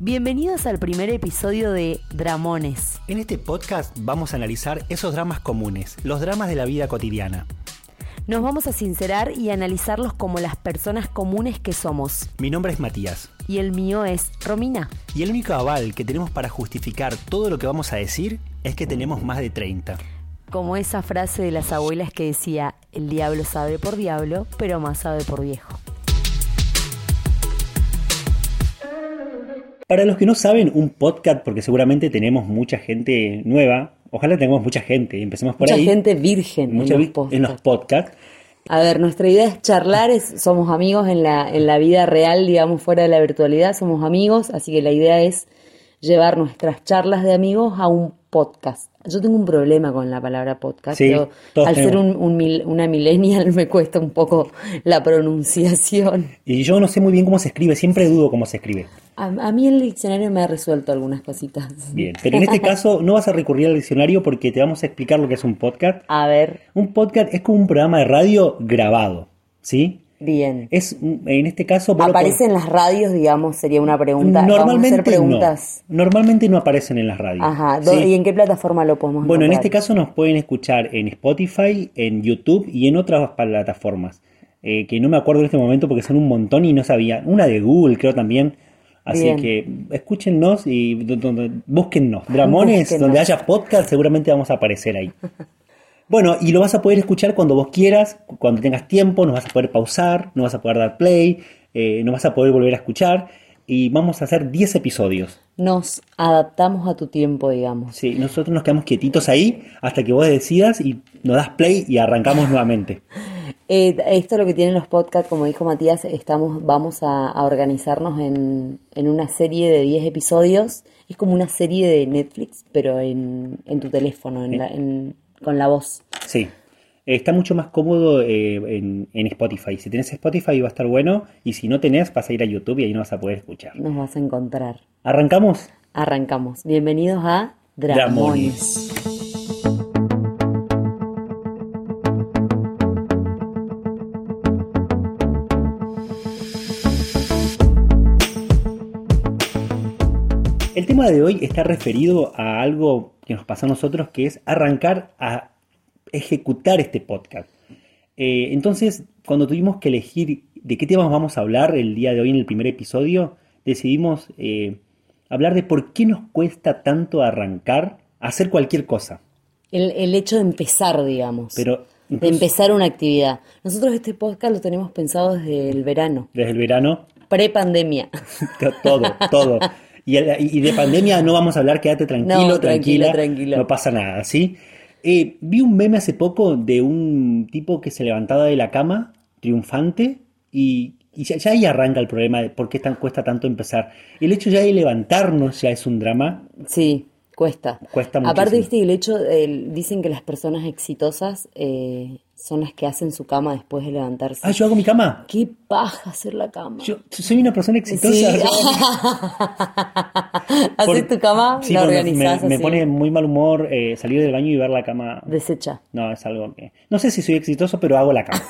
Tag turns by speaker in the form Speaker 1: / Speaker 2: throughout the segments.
Speaker 1: Bienvenidos al primer episodio de Dramones.
Speaker 2: En este podcast vamos a analizar esos dramas comunes, los dramas de la vida cotidiana.
Speaker 1: Nos vamos a sincerar y a analizarlos como las personas comunes que somos.
Speaker 2: Mi nombre es Matías
Speaker 1: Y el mío es Romina.
Speaker 2: y el único aval que tenemos para justificar todo lo que vamos a decir es que tenemos más de 30.
Speaker 1: Como esa frase de las abuelas que decía, el diablo sabe por diablo, pero más sabe por viejo.
Speaker 2: Para los que no saben, un podcast, porque seguramente tenemos mucha gente nueva, ojalá tengamos mucha gente, empecemos por
Speaker 1: Mucha
Speaker 2: ahí.
Speaker 1: gente virgen
Speaker 2: mucha
Speaker 1: en
Speaker 2: vi-
Speaker 1: los podcasts.
Speaker 2: en los podcasts.
Speaker 1: A ver, nuestra idea es charlar, es- somos amigos en la, en la vida real, digamos, fuera de la virtualidad, somos amigos, así que la idea es llevar nuestras charlas de amigos a un podcast. Yo tengo un problema con la palabra podcast,
Speaker 2: Sí,
Speaker 1: yo,
Speaker 2: todos
Speaker 1: al ser
Speaker 2: tenemos.
Speaker 1: un, un mil- una millennial me cuesta un poco la pronunciación.
Speaker 2: Y yo no sé muy bien cómo se escribe, siempre dudo cómo se escribe.
Speaker 1: A, a mí el diccionario me ha resuelto algunas cositas.
Speaker 2: Bien, pero en este caso no vas a recurrir al diccionario porque te vamos a explicar lo que es un podcast.
Speaker 1: A ver,
Speaker 2: Un podcast es como un programa de radio grabado, ¿sí?
Speaker 1: bien.
Speaker 2: Es un- en este caso vos lo
Speaker 1: Aparece en las radios, digamos, sería una pregunta. Vamos a hacer preguntas.
Speaker 2: no. Normalmente no aparecen en las radios.
Speaker 1: Ajá, do-
Speaker 2: ¿sí?
Speaker 1: ¿y en qué plataforma lo podemos
Speaker 2: Bueno, en
Speaker 1: encontrar?
Speaker 2: este caso nos pueden escuchar en Spotify, en YouTube y en otras plataformas. eh, que no me acuerdo en este momento porque son un montón y no sabía. Una de Google, creo también. Así
Speaker 1: Bien.
Speaker 2: que escúchennos y do- do- búsquennos. Dramones,
Speaker 1: Búsquennos.
Speaker 2: donde haya podcast, seguramente vamos a aparecer ahí. Bueno, y lo vas a poder escuchar cuando vos quieras, cu- cuando tengas tiempo, nos vas a poder pausar, nos vas a poder dar play, eh, nos vas a poder volver a escuchar y vamos a hacer 10 episodios.
Speaker 1: Nos adaptamos a tu tiempo, digamos.
Speaker 2: Sí, nosotros nos quedamos quietitos ahí hasta que vos decidas y nos das play y arrancamos nuevamente.
Speaker 1: Eh, esto es lo que tienen los podcasts, como dijo Matías, estamos, vamos a, a organizarnos en, en una serie de 10 episodios. Es como una serie de Netflix, pero en, en tu teléfono, en la- en- con la voz.
Speaker 2: Sí, Eh, está mucho más cómodo eh, en, en Spotify. Si tenés Spotify va a estar bueno y si no tenés vas a ir a YouTube y ahí nos vas a poder escuchar.
Speaker 1: Nos vas a encontrar.
Speaker 2: ¿Arrancamos?
Speaker 1: Arrancamos. Bienvenidos a Dramones.
Speaker 2: Dramones. El tema de hoy está referido a algo que nos pasa a nosotros, que es arrancar a ejecutar este podcast. Eh, entonces, cuando tuvimos que elegir de qué temas vamos a hablar el día de hoy en el primer episodio, decidimos eh, hablar de por qué nos cuesta tanto arrancar a hacer cualquier cosa.
Speaker 1: El, el hecho de empezar, digamos.
Speaker 2: Pero
Speaker 1: de empezar una actividad. Nosotros este podcast lo tenemos pensado desde el verano,
Speaker 2: desde el verano,
Speaker 1: pre-pandemia.
Speaker 2: to- todo, todo. Y, el- y de pandemia no vamos a hablar, quédate tranquilo,
Speaker 1: No, tranquila,
Speaker 2: tranquila,
Speaker 1: tranquila.
Speaker 2: no pasa nada, ¿sí? Eh, vi un meme hace poco de un tipo que se levantaba de la cama, triunfante, y, y ya, ya ahí arranca el problema de por qué tan, cuesta tanto empezar. El hecho ya de levantarnos ya es un drama.
Speaker 1: Sí, cuesta.
Speaker 2: Cuesta
Speaker 1: Aparte,
Speaker 2: muchísimo.
Speaker 1: viste, el hecho, el- dicen que las personas exitosas eh, son las que hacen su cama después de levantarse.
Speaker 2: Ah, yo hago mi cama.
Speaker 1: Qué paja hacer la cama.
Speaker 2: Yo soy una persona exitosa.
Speaker 1: Sí.
Speaker 2: yo hago mi
Speaker 1: Haces
Speaker 2: Por-
Speaker 1: tu cama,
Speaker 2: Sí,
Speaker 1: la
Speaker 2: porque me-
Speaker 1: organizás
Speaker 2: me,
Speaker 1: así.
Speaker 2: pone muy mal humor eh, salir del baño y ver la cama.
Speaker 1: Desecha.
Speaker 2: No, es algo que... No sé si soy exitoso, pero hago la cama.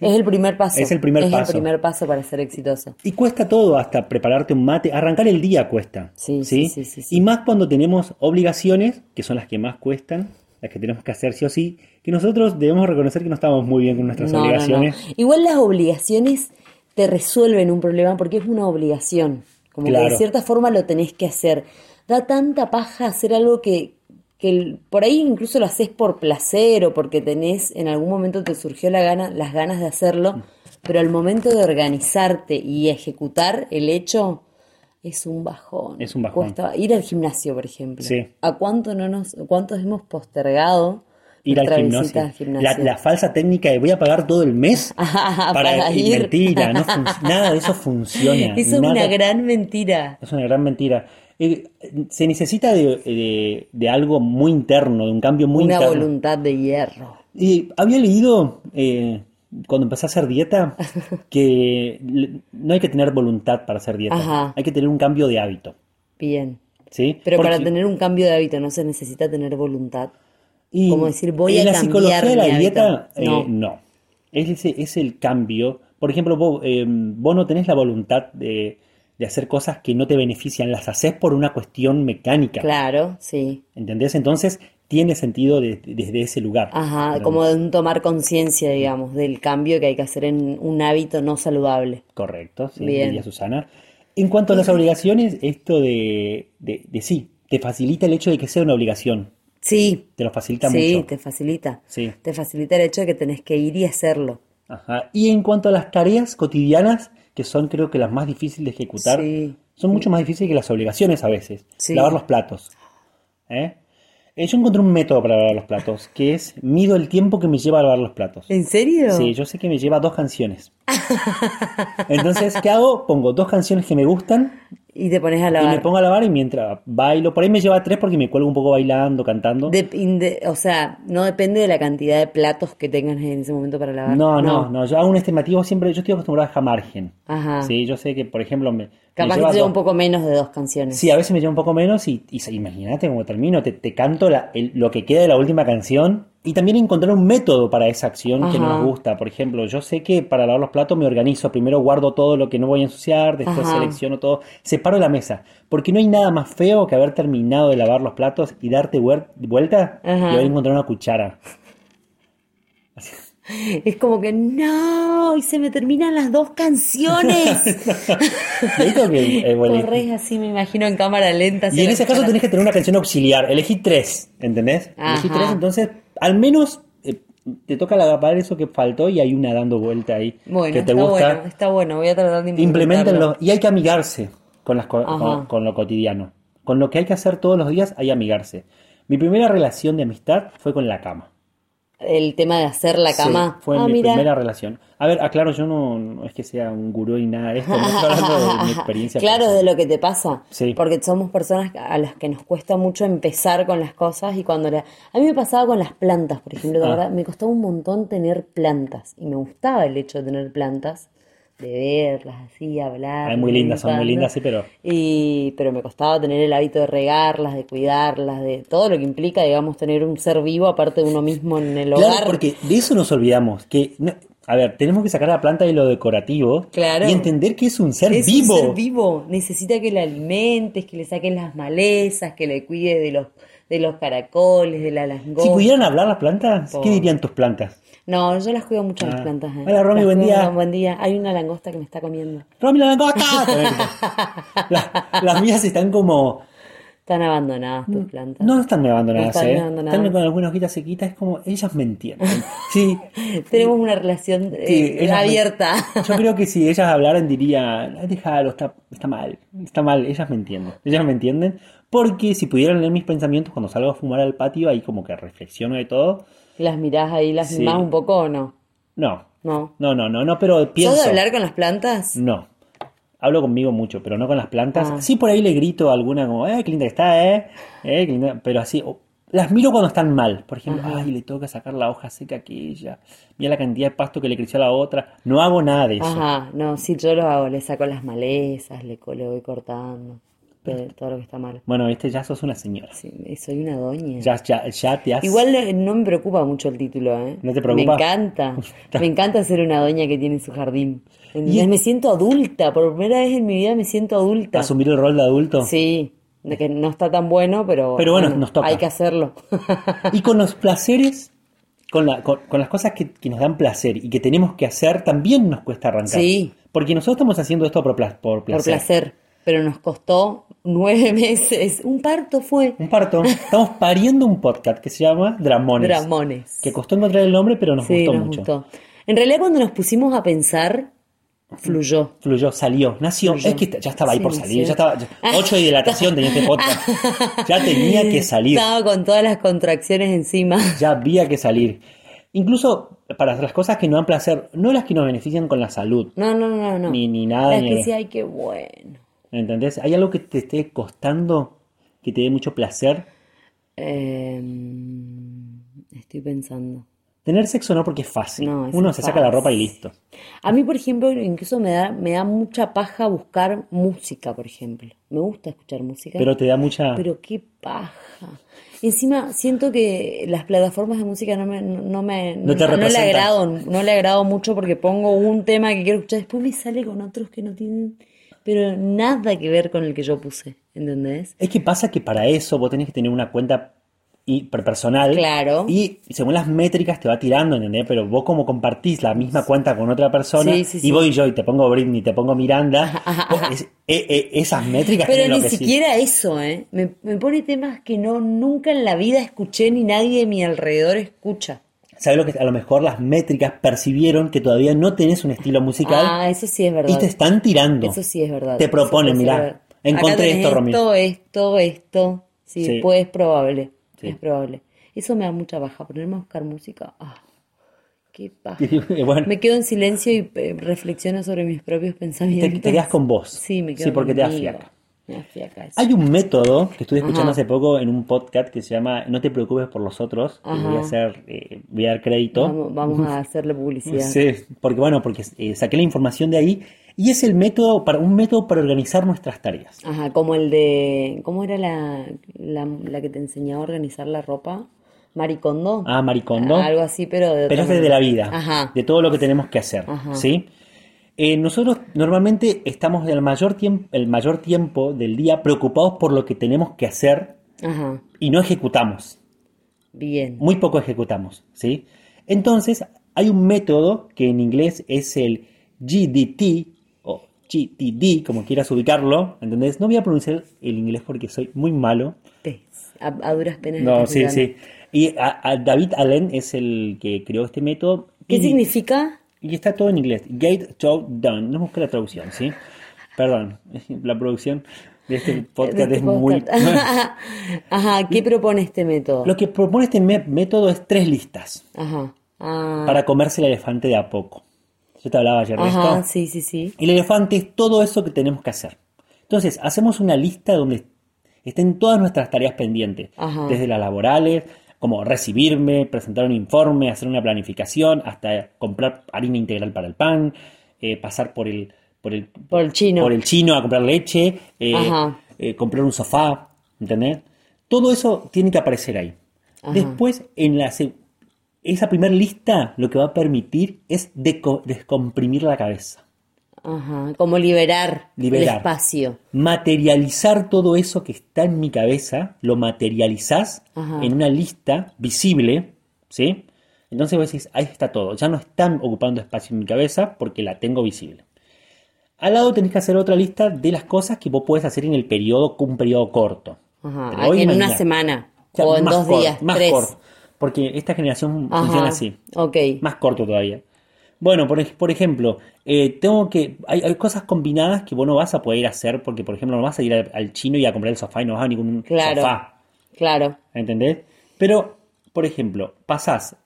Speaker 1: Es el primer paso.
Speaker 2: Es el primer paso.
Speaker 1: primer paso para ser exitoso.
Speaker 2: Y cuesta todo, hasta prepararte un mate. Arrancar el día cuesta.
Speaker 1: Sí, sí, sí, sí, sí.
Speaker 2: Y más cuando tenemos obligaciones, que son las que más cuestan, las que tenemos que hacer sí o sí, que nosotros debemos reconocer que no estamos muy bien con nuestras
Speaker 1: No, no, no.
Speaker 2: obligaciones.
Speaker 1: Igual las obligaciones te resuelven un problema porque es una obligación. Como que de
Speaker 2: Claro.
Speaker 1: cierta forma lo tenés que hacer. Da tanta paja hacer algo que, que el- por ahí incluso lo haces por placer o porque tenés, en algún momento te surgió la gana, las ganas de hacerlo, pero al momento de organizarte y ejecutar el hecho es un bajón.
Speaker 2: Es un bajón.
Speaker 1: Cuesta- ir al gimnasio, por ejemplo.
Speaker 2: Sí.
Speaker 1: ¿A cuánto no nos, cuántos hemos postergado
Speaker 2: Ir al
Speaker 1: nuestra
Speaker 2: gimnasio.
Speaker 1: visita al
Speaker 2: La,
Speaker 1: gimnasio? Ah,
Speaker 2: la falsa técnica de voy a pagar todo el mes
Speaker 1: Para
Speaker 2: para... y
Speaker 1: ir.
Speaker 2: mentira, no func- nada de eso funciona.
Speaker 1: Eso es una
Speaker 2: nada-
Speaker 1: gran mentira.
Speaker 2: Es una gran mentira. Eh, se necesita de, de- de algo muy interno, de un cambio muy
Speaker 1: una
Speaker 2: interno.
Speaker 1: voluntad de hierro.
Speaker 2: Y había leído eh, cuando empecé a hacer dieta que le- no hay que tener voluntad para hacer dieta,
Speaker 1: Ajá.
Speaker 2: hay que tener un cambio de hábito,
Speaker 1: Bien.
Speaker 2: ¿sí?
Speaker 1: Pero para
Speaker 2: Porque-
Speaker 1: tener un cambio de hábito no se necesita tener voluntad.
Speaker 2: y
Speaker 1: como decir, voy
Speaker 2: en
Speaker 1: a
Speaker 2: la psicología
Speaker 1: cambiar
Speaker 2: de la
Speaker 1: mi
Speaker 2: dieta,
Speaker 1: hábito. No.
Speaker 2: eh, no. Es, ese- es el cambio. Por ejemplo, vos, eh, vos no tenés la voluntad de, de hacer cosas que no te benefician, las haces por una cuestión mecánica.
Speaker 1: Claro, sí.
Speaker 2: ¿Entendés? Entonces tiene sentido de- desde ese lugar.
Speaker 1: Ajá,
Speaker 2: Para
Speaker 1: como
Speaker 2: mí.
Speaker 1: de un tomar conciencia, digamos, del cambio que hay que hacer en un hábito no saludable.
Speaker 2: Correcto, sí,
Speaker 1: Bien.
Speaker 2: diría Susana. En cuanto a las obligaciones, esto de, de, de sí, te facilita el hecho de que sea una obligación.
Speaker 1: Sí,
Speaker 2: Te lo facilita
Speaker 1: sí,
Speaker 2: mucho.
Speaker 1: te facilita.
Speaker 2: Sí.
Speaker 1: Te facilita el hecho de que tenés que ir y hacerlo.
Speaker 2: Ajá. Y en cuanto a las tareas cotidianas, que son creo que las más difíciles de ejecutar,
Speaker 1: Sí.
Speaker 2: son mucho más difíciles que las obligaciones a veces.
Speaker 1: Sí.
Speaker 2: Lavar los platos. ¿Eh? Eh, Yo encontré un método para lavar los platos, que es mido el tiempo que me lleva a lavar los platos.
Speaker 1: ¿En serio?
Speaker 2: Sí, yo sé que me lleva dos canciones. Entonces, ¿qué hago? Pongo dos canciones que me gustan
Speaker 1: Y te pones a
Speaker 2: y
Speaker 1: lavar.
Speaker 2: me pongo a lavar y mientras bailo, por ahí me lleva tres porque me cuelgo un poco bailando, cantando.
Speaker 1: Dep- inde- o sea, no depende de la cantidad de platos que tengas en ese momento para lavar.
Speaker 2: No, no, no, yo hago un estimativo siempre, yo estoy acostumbrado a dejar margen.
Speaker 1: Ajá.
Speaker 2: Sí, yo sé que, por ejemplo, me,
Speaker 1: Ah.
Speaker 2: me
Speaker 1: Capaz que
Speaker 2: lleva
Speaker 1: te lleva un
Speaker 2: dos-
Speaker 1: poco menos de dos canciones.
Speaker 2: Sí, a veces me lleva un poco menos y, y se- imagínate cómo termino, te, te canto la- el- lo que queda de la última canción y también encontrar un método para esa acción que no
Speaker 1: Ajá.
Speaker 2: nos gusta. Por ejemplo, yo sé que para lavar los platos me organizo, primero guardo todo lo que no voy a ensuciar, después
Speaker 1: Ajá.
Speaker 2: selecciono todo, separo la mesa, porque no hay nada más feo que haber terminado de lavar los platos y darte vuer- vuelta
Speaker 1: Ajá.
Speaker 2: y haber encontrado una cuchara.
Speaker 1: Es como que no, y se me terminan las dos canciones.
Speaker 2: Y ahí tengo que, eh, bueno,
Speaker 1: Corres así, me imagino, en cámara lenta.
Speaker 2: Y
Speaker 1: hacia
Speaker 2: en
Speaker 1: la
Speaker 2: ese caso
Speaker 1: cuchara.
Speaker 2: tenés que tener una canción auxiliar. Elegí tres, ¿entendés? Elegí
Speaker 1: Ajá.
Speaker 2: tres, entonces al menos eh, te toca agarrar eso que faltó y hay una dando vuelta ahí
Speaker 1: Bueno,
Speaker 2: que te
Speaker 1: está
Speaker 2: gusta.
Speaker 1: bueno, está bueno. Voy a tratar de implementarlo.
Speaker 2: Implementenlo. Y hay que amigarse con, las co-
Speaker 1: Ajá.
Speaker 2: con, con lo cotidiano. Con lo que hay que hacer todos los días hay amigarse. Mi primera relación de amistad fue con la cama.
Speaker 1: El tema de hacer la cama.
Speaker 2: Sí, fue
Speaker 1: ah,
Speaker 2: mi
Speaker 1: mira.
Speaker 2: primera relación. A ver, aclaro, yo no, no es que sea un gurú y nada de esto. No estoy hablando de mi experiencia.
Speaker 1: Claro,
Speaker 2: personal.
Speaker 1: de lo que te pasa.
Speaker 2: Sí.
Speaker 1: Porque somos personas a las que nos cuesta mucho empezar con las cosas y cuando la... A mí me pasaba con las plantas, por ejemplo, de
Speaker 2: Ah.
Speaker 1: verdad, me costaba un montón tener plantas y me gustaba el hecho de tener plantas, de verlas así, hablar.
Speaker 2: Ay,
Speaker 1: de
Speaker 2: muy
Speaker 1: vez
Speaker 2: lindas,
Speaker 1: en
Speaker 2: son muy
Speaker 1: cuando.
Speaker 2: lindas, sí, pero...
Speaker 1: Y, pero me costaba tener el hábito de regarlas, de cuidarlas, de todo lo que implica, digamos, tener un ser vivo aparte de uno mismo en el
Speaker 2: Claro,
Speaker 1: hogar.
Speaker 2: porque de eso nos olvidamos, que no- a ver, tenemos que sacar a la planta de lo decorativo
Speaker 1: Claro.
Speaker 2: y entender que es un ser
Speaker 1: Es un
Speaker 2: vivo.
Speaker 1: ser vivo, necesita que le alimentes, que le saquen las malezas, que le cuide de los, de los caracoles, de la
Speaker 2: Si
Speaker 1: langosta.
Speaker 2: pudieran hablar las plantas, ¿qué
Speaker 1: Por-
Speaker 2: dirían tus plantas?
Speaker 1: No, yo las cuido mucho a las
Speaker 2: Ah.
Speaker 1: plantas. eh.
Speaker 2: Hola, Romy,
Speaker 1: Las
Speaker 2: buen
Speaker 1: cuido,
Speaker 2: día.
Speaker 1: Buen día. Hay una langosta que me está comiendo.
Speaker 2: ¡Romy la langosta! La- las mías están como...
Speaker 1: Están abandonadas tus plantas.
Speaker 2: Mm. No están abandonadas,
Speaker 1: No están
Speaker 2: ¿eh?
Speaker 1: abandonadas.
Speaker 2: Están con algunas hojitas sequitas, es como... Ellas me entienden. Sí,
Speaker 1: Tenemos una relación eh,
Speaker 2: sí, ellas me-
Speaker 1: abierta.
Speaker 2: Yo creo que si ellas hablaran dirían, "Ah, déjalo, está, está mal, está mal, ellas me entienden, ellas me entienden, porque si pudieran leer mis pensamientos cuando salgo a fumar al patio, ahí como que reflexiono de todo,
Speaker 1: ¿Las mirás ahí, las
Speaker 2: Sí.
Speaker 1: mimás un poco o no?
Speaker 2: no,
Speaker 1: No.
Speaker 2: no, no, no, no, pero
Speaker 1: ¿Sos de
Speaker 2: pienso, Mm,
Speaker 1: hablar con las plantas?
Speaker 2: no, hablo conmigo mucho, pero no con las plantas,
Speaker 1: Ah.
Speaker 2: sí por ahí le grito a alguna como, eh, qué linda que está, eh, eh, qué linda", pero así, o- las miro cuando están mal, por ejemplo, ay, le toca sacar la hoja seca a aquella, mira la cantidad de pasto que le creció a la otra, no hago nada de eso.
Speaker 1: Ajá, no, sí, yo lo hago, le saco las malezas, le, co- le voy cortando de todo lo que está mal.
Speaker 2: Bueno, viste, ya sos una señora.
Speaker 1: Sí, soy una doña.
Speaker 2: Ya, ya, ya te has.
Speaker 1: Igual eh, no me preocupa mucho el título, ¿eh?
Speaker 2: ¿No te
Speaker 1: Me
Speaker 2: preocupa?
Speaker 1: encanta. Me encanta ser una doña que tiene su jardín. ¿Entendés?
Speaker 2: Y-
Speaker 1: Me siento adulta. Por primera vez en mi vida me siento adulta.
Speaker 2: asumir el rol de adulto.
Speaker 1: Sí, de que no está tan bueno, pero,
Speaker 2: Pero bueno, nos toca.
Speaker 1: hay que hacerlo.
Speaker 2: Y con los placeres, con, la- con, con las cosas que, que nos dan placer y que tenemos que hacer, también nos cuesta arrancar.
Speaker 1: Sí.
Speaker 2: Porque nosotros estamos haciendo esto por, pla- por
Speaker 1: Por
Speaker 2: placer.
Speaker 1: placer. Pero nos costó nueve meses. Un parto fue.
Speaker 2: Un parto. Estamos pariendo un podcast que se llama Dramones.
Speaker 1: Dramones.
Speaker 2: Que costó encontrar el nombre, pero nos
Speaker 1: Sí,
Speaker 2: gustó
Speaker 1: nos
Speaker 2: mucho.
Speaker 1: gustó. En realidad cuando nos pusimos a pensar, fluyó.
Speaker 2: Fluyó, salió, nació.
Speaker 1: Fluyó.
Speaker 2: Es que ya estaba ahí
Speaker 1: Sí,
Speaker 2: por
Speaker 1: nació.
Speaker 2: salir. Ya estaba. ya- ocho de dilatación tenía este podcast. Ya tenía que salir.
Speaker 1: Estaba con todas las contracciones encima.
Speaker 2: ya había que salir. Incluso para las cosas que no dan placer, no las que nos benefician con la salud,
Speaker 1: No, no, no, no.
Speaker 2: ni, ni nada,
Speaker 1: Las
Speaker 2: ni-
Speaker 1: que sí, ay, qué bueno.
Speaker 2: ¿entendés? Hay algo que te esté costando, que te dé mucho placer.
Speaker 1: Em, estoy pensando.
Speaker 2: Tener sexo no porque es fácil.
Speaker 1: No, es
Speaker 2: Uno se saca la
Speaker 1: fácil.
Speaker 2: ropa y listo.
Speaker 1: A mí, por ejemplo, incluso me da, me da mucha paja buscar música, por ejemplo. Me gusta escuchar música,
Speaker 2: Pero te da mucha...
Speaker 1: pero qué paja. Encima, siento que las plataformas de música no me, no, no me,
Speaker 2: No te
Speaker 1: le
Speaker 2: representan.
Speaker 1: agrado, no le agrado mucho porque pongo un tema que quiero escuchar, después me sale con otros que no tienen pero nada que ver con el que yo puse, ¿entendés?
Speaker 2: Es que pasa que para eso vos tenés que tener una cuenta y, per- personal.
Speaker 1: Claro.
Speaker 2: Y según las métricas te va tirando, ¿entendés? Pero vos como compartís la misma cuenta con otra persona
Speaker 1: Sí, sí, sí.
Speaker 2: y voy yo y te pongo Britney, te pongo Miranda, vos- es- e- e- esas métricas
Speaker 1: Pero
Speaker 2: tienen
Speaker 1: ni
Speaker 2: lo que sí.
Speaker 1: siquiera eso, ¿eh? Me, me pone temas que no nunca en la vida escuché ni nadie de mi alrededor escucha.
Speaker 2: ¿Sabés lo que a lo mejor las métricas percibieron que todavía no tenés un estilo musical
Speaker 1: Ah, eso sí es
Speaker 2: y
Speaker 1: verdad.
Speaker 2: te están tirando?
Speaker 1: Eso sí es verdad.
Speaker 2: Te
Speaker 1: Eso
Speaker 2: proponen,
Speaker 1: puede ser
Speaker 2: mirá,
Speaker 1: verdad.
Speaker 2: encontré
Speaker 1: Acá tenés
Speaker 2: esto, Romina.
Speaker 1: Esto, esto, esto. Sí,
Speaker 2: Sí.
Speaker 1: pues es probable.
Speaker 2: Sí.
Speaker 1: Es probable. Eso me da mucha baja. Ponerme a buscar música. Ah, qué paja.
Speaker 2: Y bueno,
Speaker 1: Me quedo en silencio y eh, reflexiono sobre mis propios
Speaker 2: te,
Speaker 1: pensamientos.
Speaker 2: te quedas con vos.
Speaker 1: Sí, me quedo
Speaker 2: Sí, porque te da
Speaker 1: conmigo.
Speaker 2: fiaca.
Speaker 1: Me da fiaca eso.
Speaker 2: Hay un método que estuve escuchando
Speaker 1: Ajá.
Speaker 2: hace poco en un podcast que se llama No te preocupes por los otros. que voy a
Speaker 1: Ajá.
Speaker 2: hacer, eh, voy a dar crédito.
Speaker 1: Vamos, vamos a hacerle publicidad.
Speaker 2: Sí, porque bueno, porque eh, saqué la información de ahí y es el método para un método para organizar nuestras tareas.
Speaker 1: Ajá, como el de... ¿Cómo era la, la, la que te enseñaba a organizar la ropa? Maricondo.
Speaker 2: Ah, maricondo.
Speaker 1: Algo así, pero de otra
Speaker 2: Pero es desde
Speaker 1: manera.
Speaker 2: la vida,
Speaker 1: Ajá.
Speaker 2: de todo lo que tenemos que hacer,
Speaker 1: Ajá.
Speaker 2: ¿sí? Eh, nosotros normalmente estamos el mayor tiempo, el mayor tiempo del día preocupados por lo que tenemos que hacer
Speaker 1: Ajá.
Speaker 2: y no ejecutamos.
Speaker 1: Bien.
Speaker 2: muy poco ejecutamos, ¿sí? Entonces, hay un método que en inglés es el GDT o GTD, como quieras ubicarlo, ¿entendés? No voy a pronunciar el inglés porque soy muy malo.
Speaker 1: Pes- A, a duras penas. en
Speaker 2: No, sí,
Speaker 1: castellano.
Speaker 2: sí. Y a- a David Allen es el que creó este método.
Speaker 1: ¿Qué
Speaker 2: Y-
Speaker 1: significa?
Speaker 2: Y está todo en inglés. Gate to done. No busqué la traducción, ¿sí? Perdón, la producción de este podcast
Speaker 1: De este
Speaker 2: es muy...
Speaker 1: podcast. Ajá, ¿qué propone este método?
Speaker 2: Lo que propone este me- método es tres listas.
Speaker 1: Ajá. Ah,
Speaker 2: para comerse el elefante de a poco. Yo te hablaba ayer de
Speaker 1: ajá,
Speaker 2: esto.
Speaker 1: sí, sí, sí.
Speaker 2: El elefante es todo eso que tenemos que hacer. Entonces, hacemos una lista donde estén todas nuestras tareas pendientes,
Speaker 1: Ajá.
Speaker 2: desde las laborales, como recibirme, presentar un informe, hacer una planificación, hasta comprar harina integral para el pan, eh, pasar por el, por el
Speaker 1: Por el chino.
Speaker 2: por el chino a comprar leche, eh,
Speaker 1: Ajá.
Speaker 2: eh, comprar un sofá, ¿entendés? Todo eso tiene que aparecer ahí.
Speaker 1: Ajá.
Speaker 2: Después, en la se- esa primera lista lo que va a permitir es deco- descomprimir la cabeza,
Speaker 1: Ajá, como liberar,
Speaker 2: Liberar.
Speaker 1: el espacio.
Speaker 2: materializar todo eso que está en mi cabeza, lo materializás
Speaker 1: Ajá.
Speaker 2: en una lista visible, ¿sí? Entonces vos decís, ahí está todo, ya no están ocupando espacio en mi cabeza porque la tengo visible. Al lado tenés que hacer otra lista de las cosas que vos podés hacer en el periodo, un periodo corto.
Speaker 1: Ajá,
Speaker 2: Pero hoy
Speaker 1: en
Speaker 2: mañana.
Speaker 1: una semana
Speaker 2: O sea,
Speaker 1: o en
Speaker 2: más
Speaker 1: dos
Speaker 2: corto,
Speaker 1: días,
Speaker 2: más
Speaker 1: tres.
Speaker 2: corto, porque esta generación
Speaker 1: Ajá,
Speaker 2: funciona así.
Speaker 1: ok.
Speaker 2: Más corto todavía. Bueno, por, ej- por ejemplo, eh, tengo que. Hay, hay cosas combinadas que vos no vas a poder hacer porque, por ejemplo, no vas a ir al, al chino y a comprar el sofá y no vas a ningún
Speaker 1: Claro.
Speaker 2: sofá.
Speaker 1: Claro.
Speaker 2: ¿Entendés? Pero, por ejemplo, pasás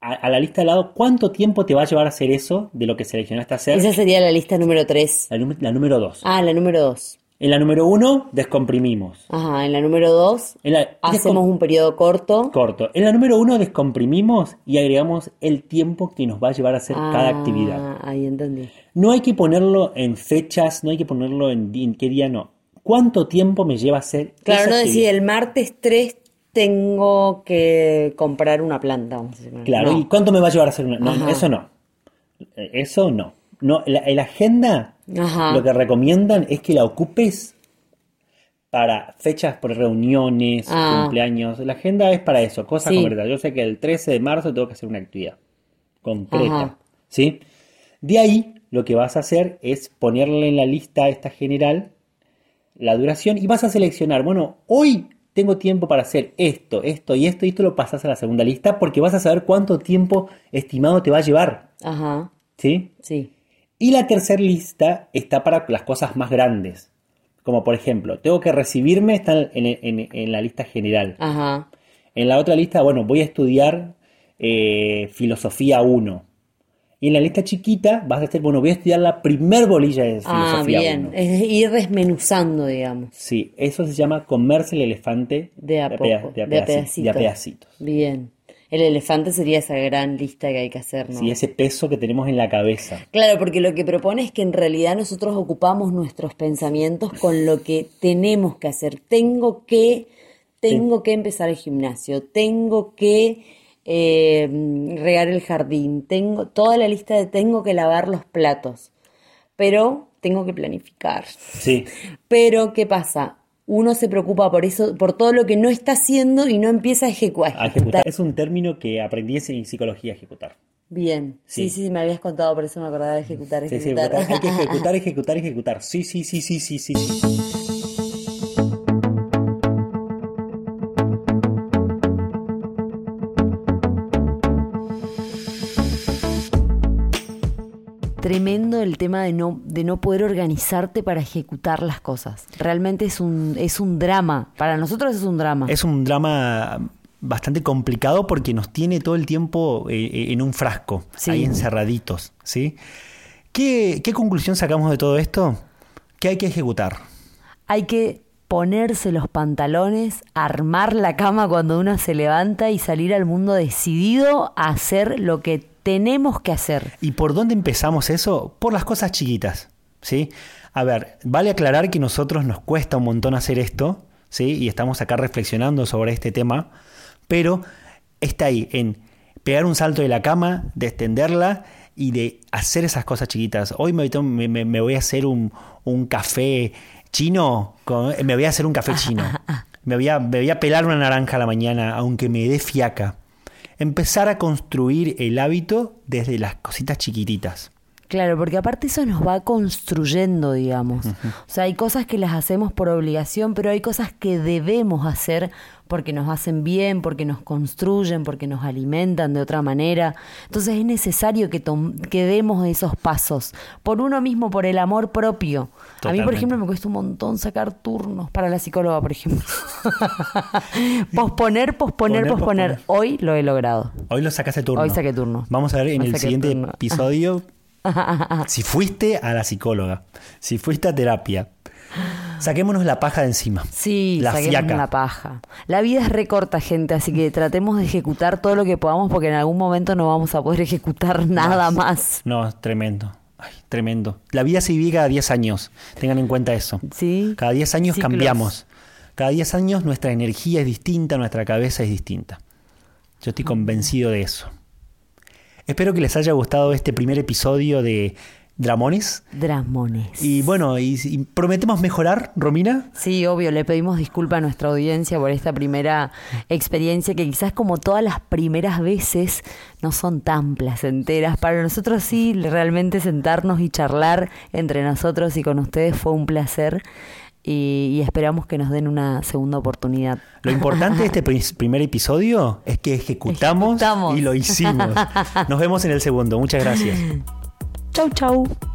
Speaker 2: a, a la lista de lado cuánto tiempo te va a llevar a hacer eso de lo que seleccionaste hacer.
Speaker 1: Esa sería la lista número tres.
Speaker 2: La, num- la número 2.
Speaker 1: Ah, la número dos.
Speaker 2: En la número 1, descomprimimos.
Speaker 1: Ajá, en la número dos
Speaker 2: En la-
Speaker 1: hacemos un periodo corto.
Speaker 2: Corto. En la número uno descomprimimos y agregamos el tiempo que nos va a llevar a hacer cada
Speaker 1: Ah,
Speaker 2: actividad.
Speaker 1: Ahí entendí.
Speaker 2: No hay que ponerlo en fechas, no hay que ponerlo en, di- en qué día, no. ¿Cuánto tiempo me lleva a hacer
Speaker 1: Claro,
Speaker 2: esa
Speaker 1: no decir
Speaker 2: actividad?
Speaker 1: el martes 3 tengo que comprar una planta, vamos a decir.
Speaker 2: Claro,
Speaker 1: No.
Speaker 2: ¿y cuánto me va a llevar a hacer una? No,
Speaker 1: Ajá.
Speaker 2: eso no. Eh, Eso no. No, la, la agenda,
Speaker 1: Ajá.
Speaker 2: lo que recomiendan es que la ocupes para fechas por reuniones,
Speaker 1: Ah.
Speaker 2: cumpleaños. La agenda es para eso, cosas
Speaker 1: Sí.
Speaker 2: concretas. Yo sé que el 13 de marzo tengo que hacer una actividad concreta,
Speaker 1: Ajá.
Speaker 2: ¿sí? De ahí lo que vas a hacer es ponerle en la lista esta general la duración y vas a seleccionar, bueno, hoy tengo tiempo para hacer esto, esto y esto, y esto lo pasas a la segunda lista porque vas a saber cuánto tiempo estimado te va a llevar,
Speaker 1: Ajá,
Speaker 2: ¿sí?
Speaker 1: sí.
Speaker 2: Y la tercera lista está para las cosas más grandes. Como por ejemplo, tengo que recibirme, está en, en- en la lista general.
Speaker 1: Ajá,
Speaker 2: En la otra lista, bueno, voy a estudiar eh, filosofía 1. Y en la lista chiquita vas a decir, bueno, voy a estudiar la primer bolilla de filosofía
Speaker 1: Ah, bien.
Speaker 2: 1.
Speaker 1: Es ir desmenuzando, digamos,
Speaker 2: Sí, eso se llama comerse el elefante
Speaker 1: de a
Speaker 2: peda-
Speaker 1: poco,
Speaker 2: de a
Speaker 1: de a
Speaker 2: pedaci- de a
Speaker 1: pedacitos.
Speaker 2: pedacitos.
Speaker 1: Bien. El elefante sería esa gran lista que hay que hacer, ¿no?
Speaker 2: Sí, ese peso que tenemos en la cabeza.
Speaker 1: Claro, porque lo que propone es que en realidad nosotros ocupamos nuestros pensamientos con lo que tenemos que hacer. Tengo que, tengo que empezar el gimnasio, tengo que eh, regar el jardín, tengo toda la lista de tengo que lavar los platos. Pero tengo que planificar.
Speaker 2: Sí.
Speaker 1: Pero, ¿qué pasa? Uno se preocupa por eso, por todo lo que no está haciendo y no empieza a ejecu- a ejecutar.
Speaker 2: A ejecutar. Es un término que aprendí en psicología ejecutar.
Speaker 1: Bien, sí.
Speaker 2: Sí.
Speaker 1: sí, sí, me habías contado, por eso me acordaba de ejecutar,
Speaker 2: Sí, sí,
Speaker 1: ejecutar.
Speaker 2: ejecutar. Hay que ejecutar, ejecutar, ejecutar. Sí, sí, sí, sí, sí, sí. sí.
Speaker 1: Tremendo el tema de no, de no poder organizarte para ejecutar las cosas. Realmente es un, es un drama. Para nosotros es un drama.
Speaker 2: Es un drama bastante complicado porque nos tiene todo el tiempo eh, en un frasco,
Speaker 1: Sí.
Speaker 2: ahí encerraditos, ¿sí? ¿Qué, ¿Qué conclusión sacamos de todo esto? Que hay que ejecutar.
Speaker 1: Hay que ponerse los pantalones, armar la cama cuando uno se levanta y salir al mundo decidido a hacer lo que tenemos que hacer.
Speaker 2: ¿Y por dónde empezamos eso? Por las cosas chiquitas, ¿sí? A ver, vale aclarar que nosotros nos cuesta un montón hacer esto, ¿sí? Y estamos acá reflexionando sobre este tema, pero está ahí en pegar un salto de la cama, de extenderla y de hacer esas cosas chiquitas. Hoy me, to- me- me- me voy a hacer un, un café chino, con- me voy a hacer un café chino. Me voy, a, me voy a pelar una naranja a la mañana, aunque me dé fiaca. Empezar a construir el hábito desde las cositas chiquititas.
Speaker 1: Claro, porque aparte eso nos va construyendo, digamos. O sea, hay cosas que las hacemos por obligación, pero hay cosas que debemos hacer porque nos hacen bien, porque nos construyen, porque nos alimentan de otra manera. Entonces es necesario que, tom- que demos esos pasos por uno mismo, por el amor propio. A mí, por
Speaker 2: Totalmente.
Speaker 1: ejemplo, me cuesta un montón sacar turnos para la psicóloga, por ejemplo. posponer, posponer,
Speaker 2: Poner,
Speaker 1: posponer.
Speaker 2: posponer.
Speaker 1: Hoy lo he logrado.
Speaker 2: Hoy lo sacaste turno.
Speaker 1: Hoy saqué turno.
Speaker 2: Vamos a ver en
Speaker 1: Hoy
Speaker 2: el
Speaker 1: saqué
Speaker 2: siguiente
Speaker 1: turno.
Speaker 2: episodio si fuiste a la psicóloga, si fuiste a terapia. Saquémonos la paja de encima.
Speaker 1: Sí,
Speaker 2: la
Speaker 1: saquemos
Speaker 2: fiaca.
Speaker 1: la paja. La vida es recorta, gente, así que tratemos de ejecutar todo lo que podamos porque en algún momento no vamos a poder ejecutar nada más.
Speaker 2: No, es tremendo. Ay, tremendo. La vida se vive cada 10 años. Tengan en cuenta eso.
Speaker 1: ¿Sí?
Speaker 2: Cada 10 años
Speaker 1: Ciclos.
Speaker 2: cambiamos. Cada 10 años nuestra energía es distinta, nuestra cabeza es distinta. Yo estoy convencido de eso. Espero que les haya gustado este primer episodio de Dramones.
Speaker 1: Dramones.
Speaker 2: Y bueno, y, y prometemos mejorar, Romina.
Speaker 1: Sí, obvio, le pedimos disculpa a nuestra audiencia por esta primera experiencia que quizás como todas las primeras veces no son tan placenteras. Para nosotros sí, realmente sentarnos y charlar entre nosotros y con ustedes fue un placer y, y esperamos que nos den una segunda oportunidad.
Speaker 2: Lo importante de este pri- primer episodio es que ejecutamos,
Speaker 1: Ejecutamos.
Speaker 2: y lo hicimos. Nos vemos en el segundo. Muchas gracias.
Speaker 1: Chau, chau.